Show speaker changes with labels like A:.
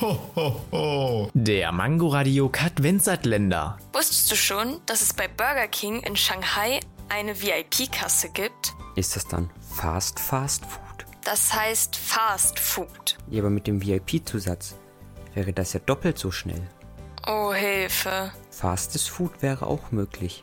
A: Ho, ho, ho. Der Mangoradiokat Katvensatländer.
B: Wusstest du schon, dass es bei Burger King in Shanghai eine VIP-Kasse gibt?
C: Ist das dann Fast Fast Food?
B: Das heißt Fast Food.
C: Ja, aber mit dem VIP-Zusatz wäre das ja doppelt so schnell.
B: Oh, Hilfe.
C: Fastes Food wäre auch möglich.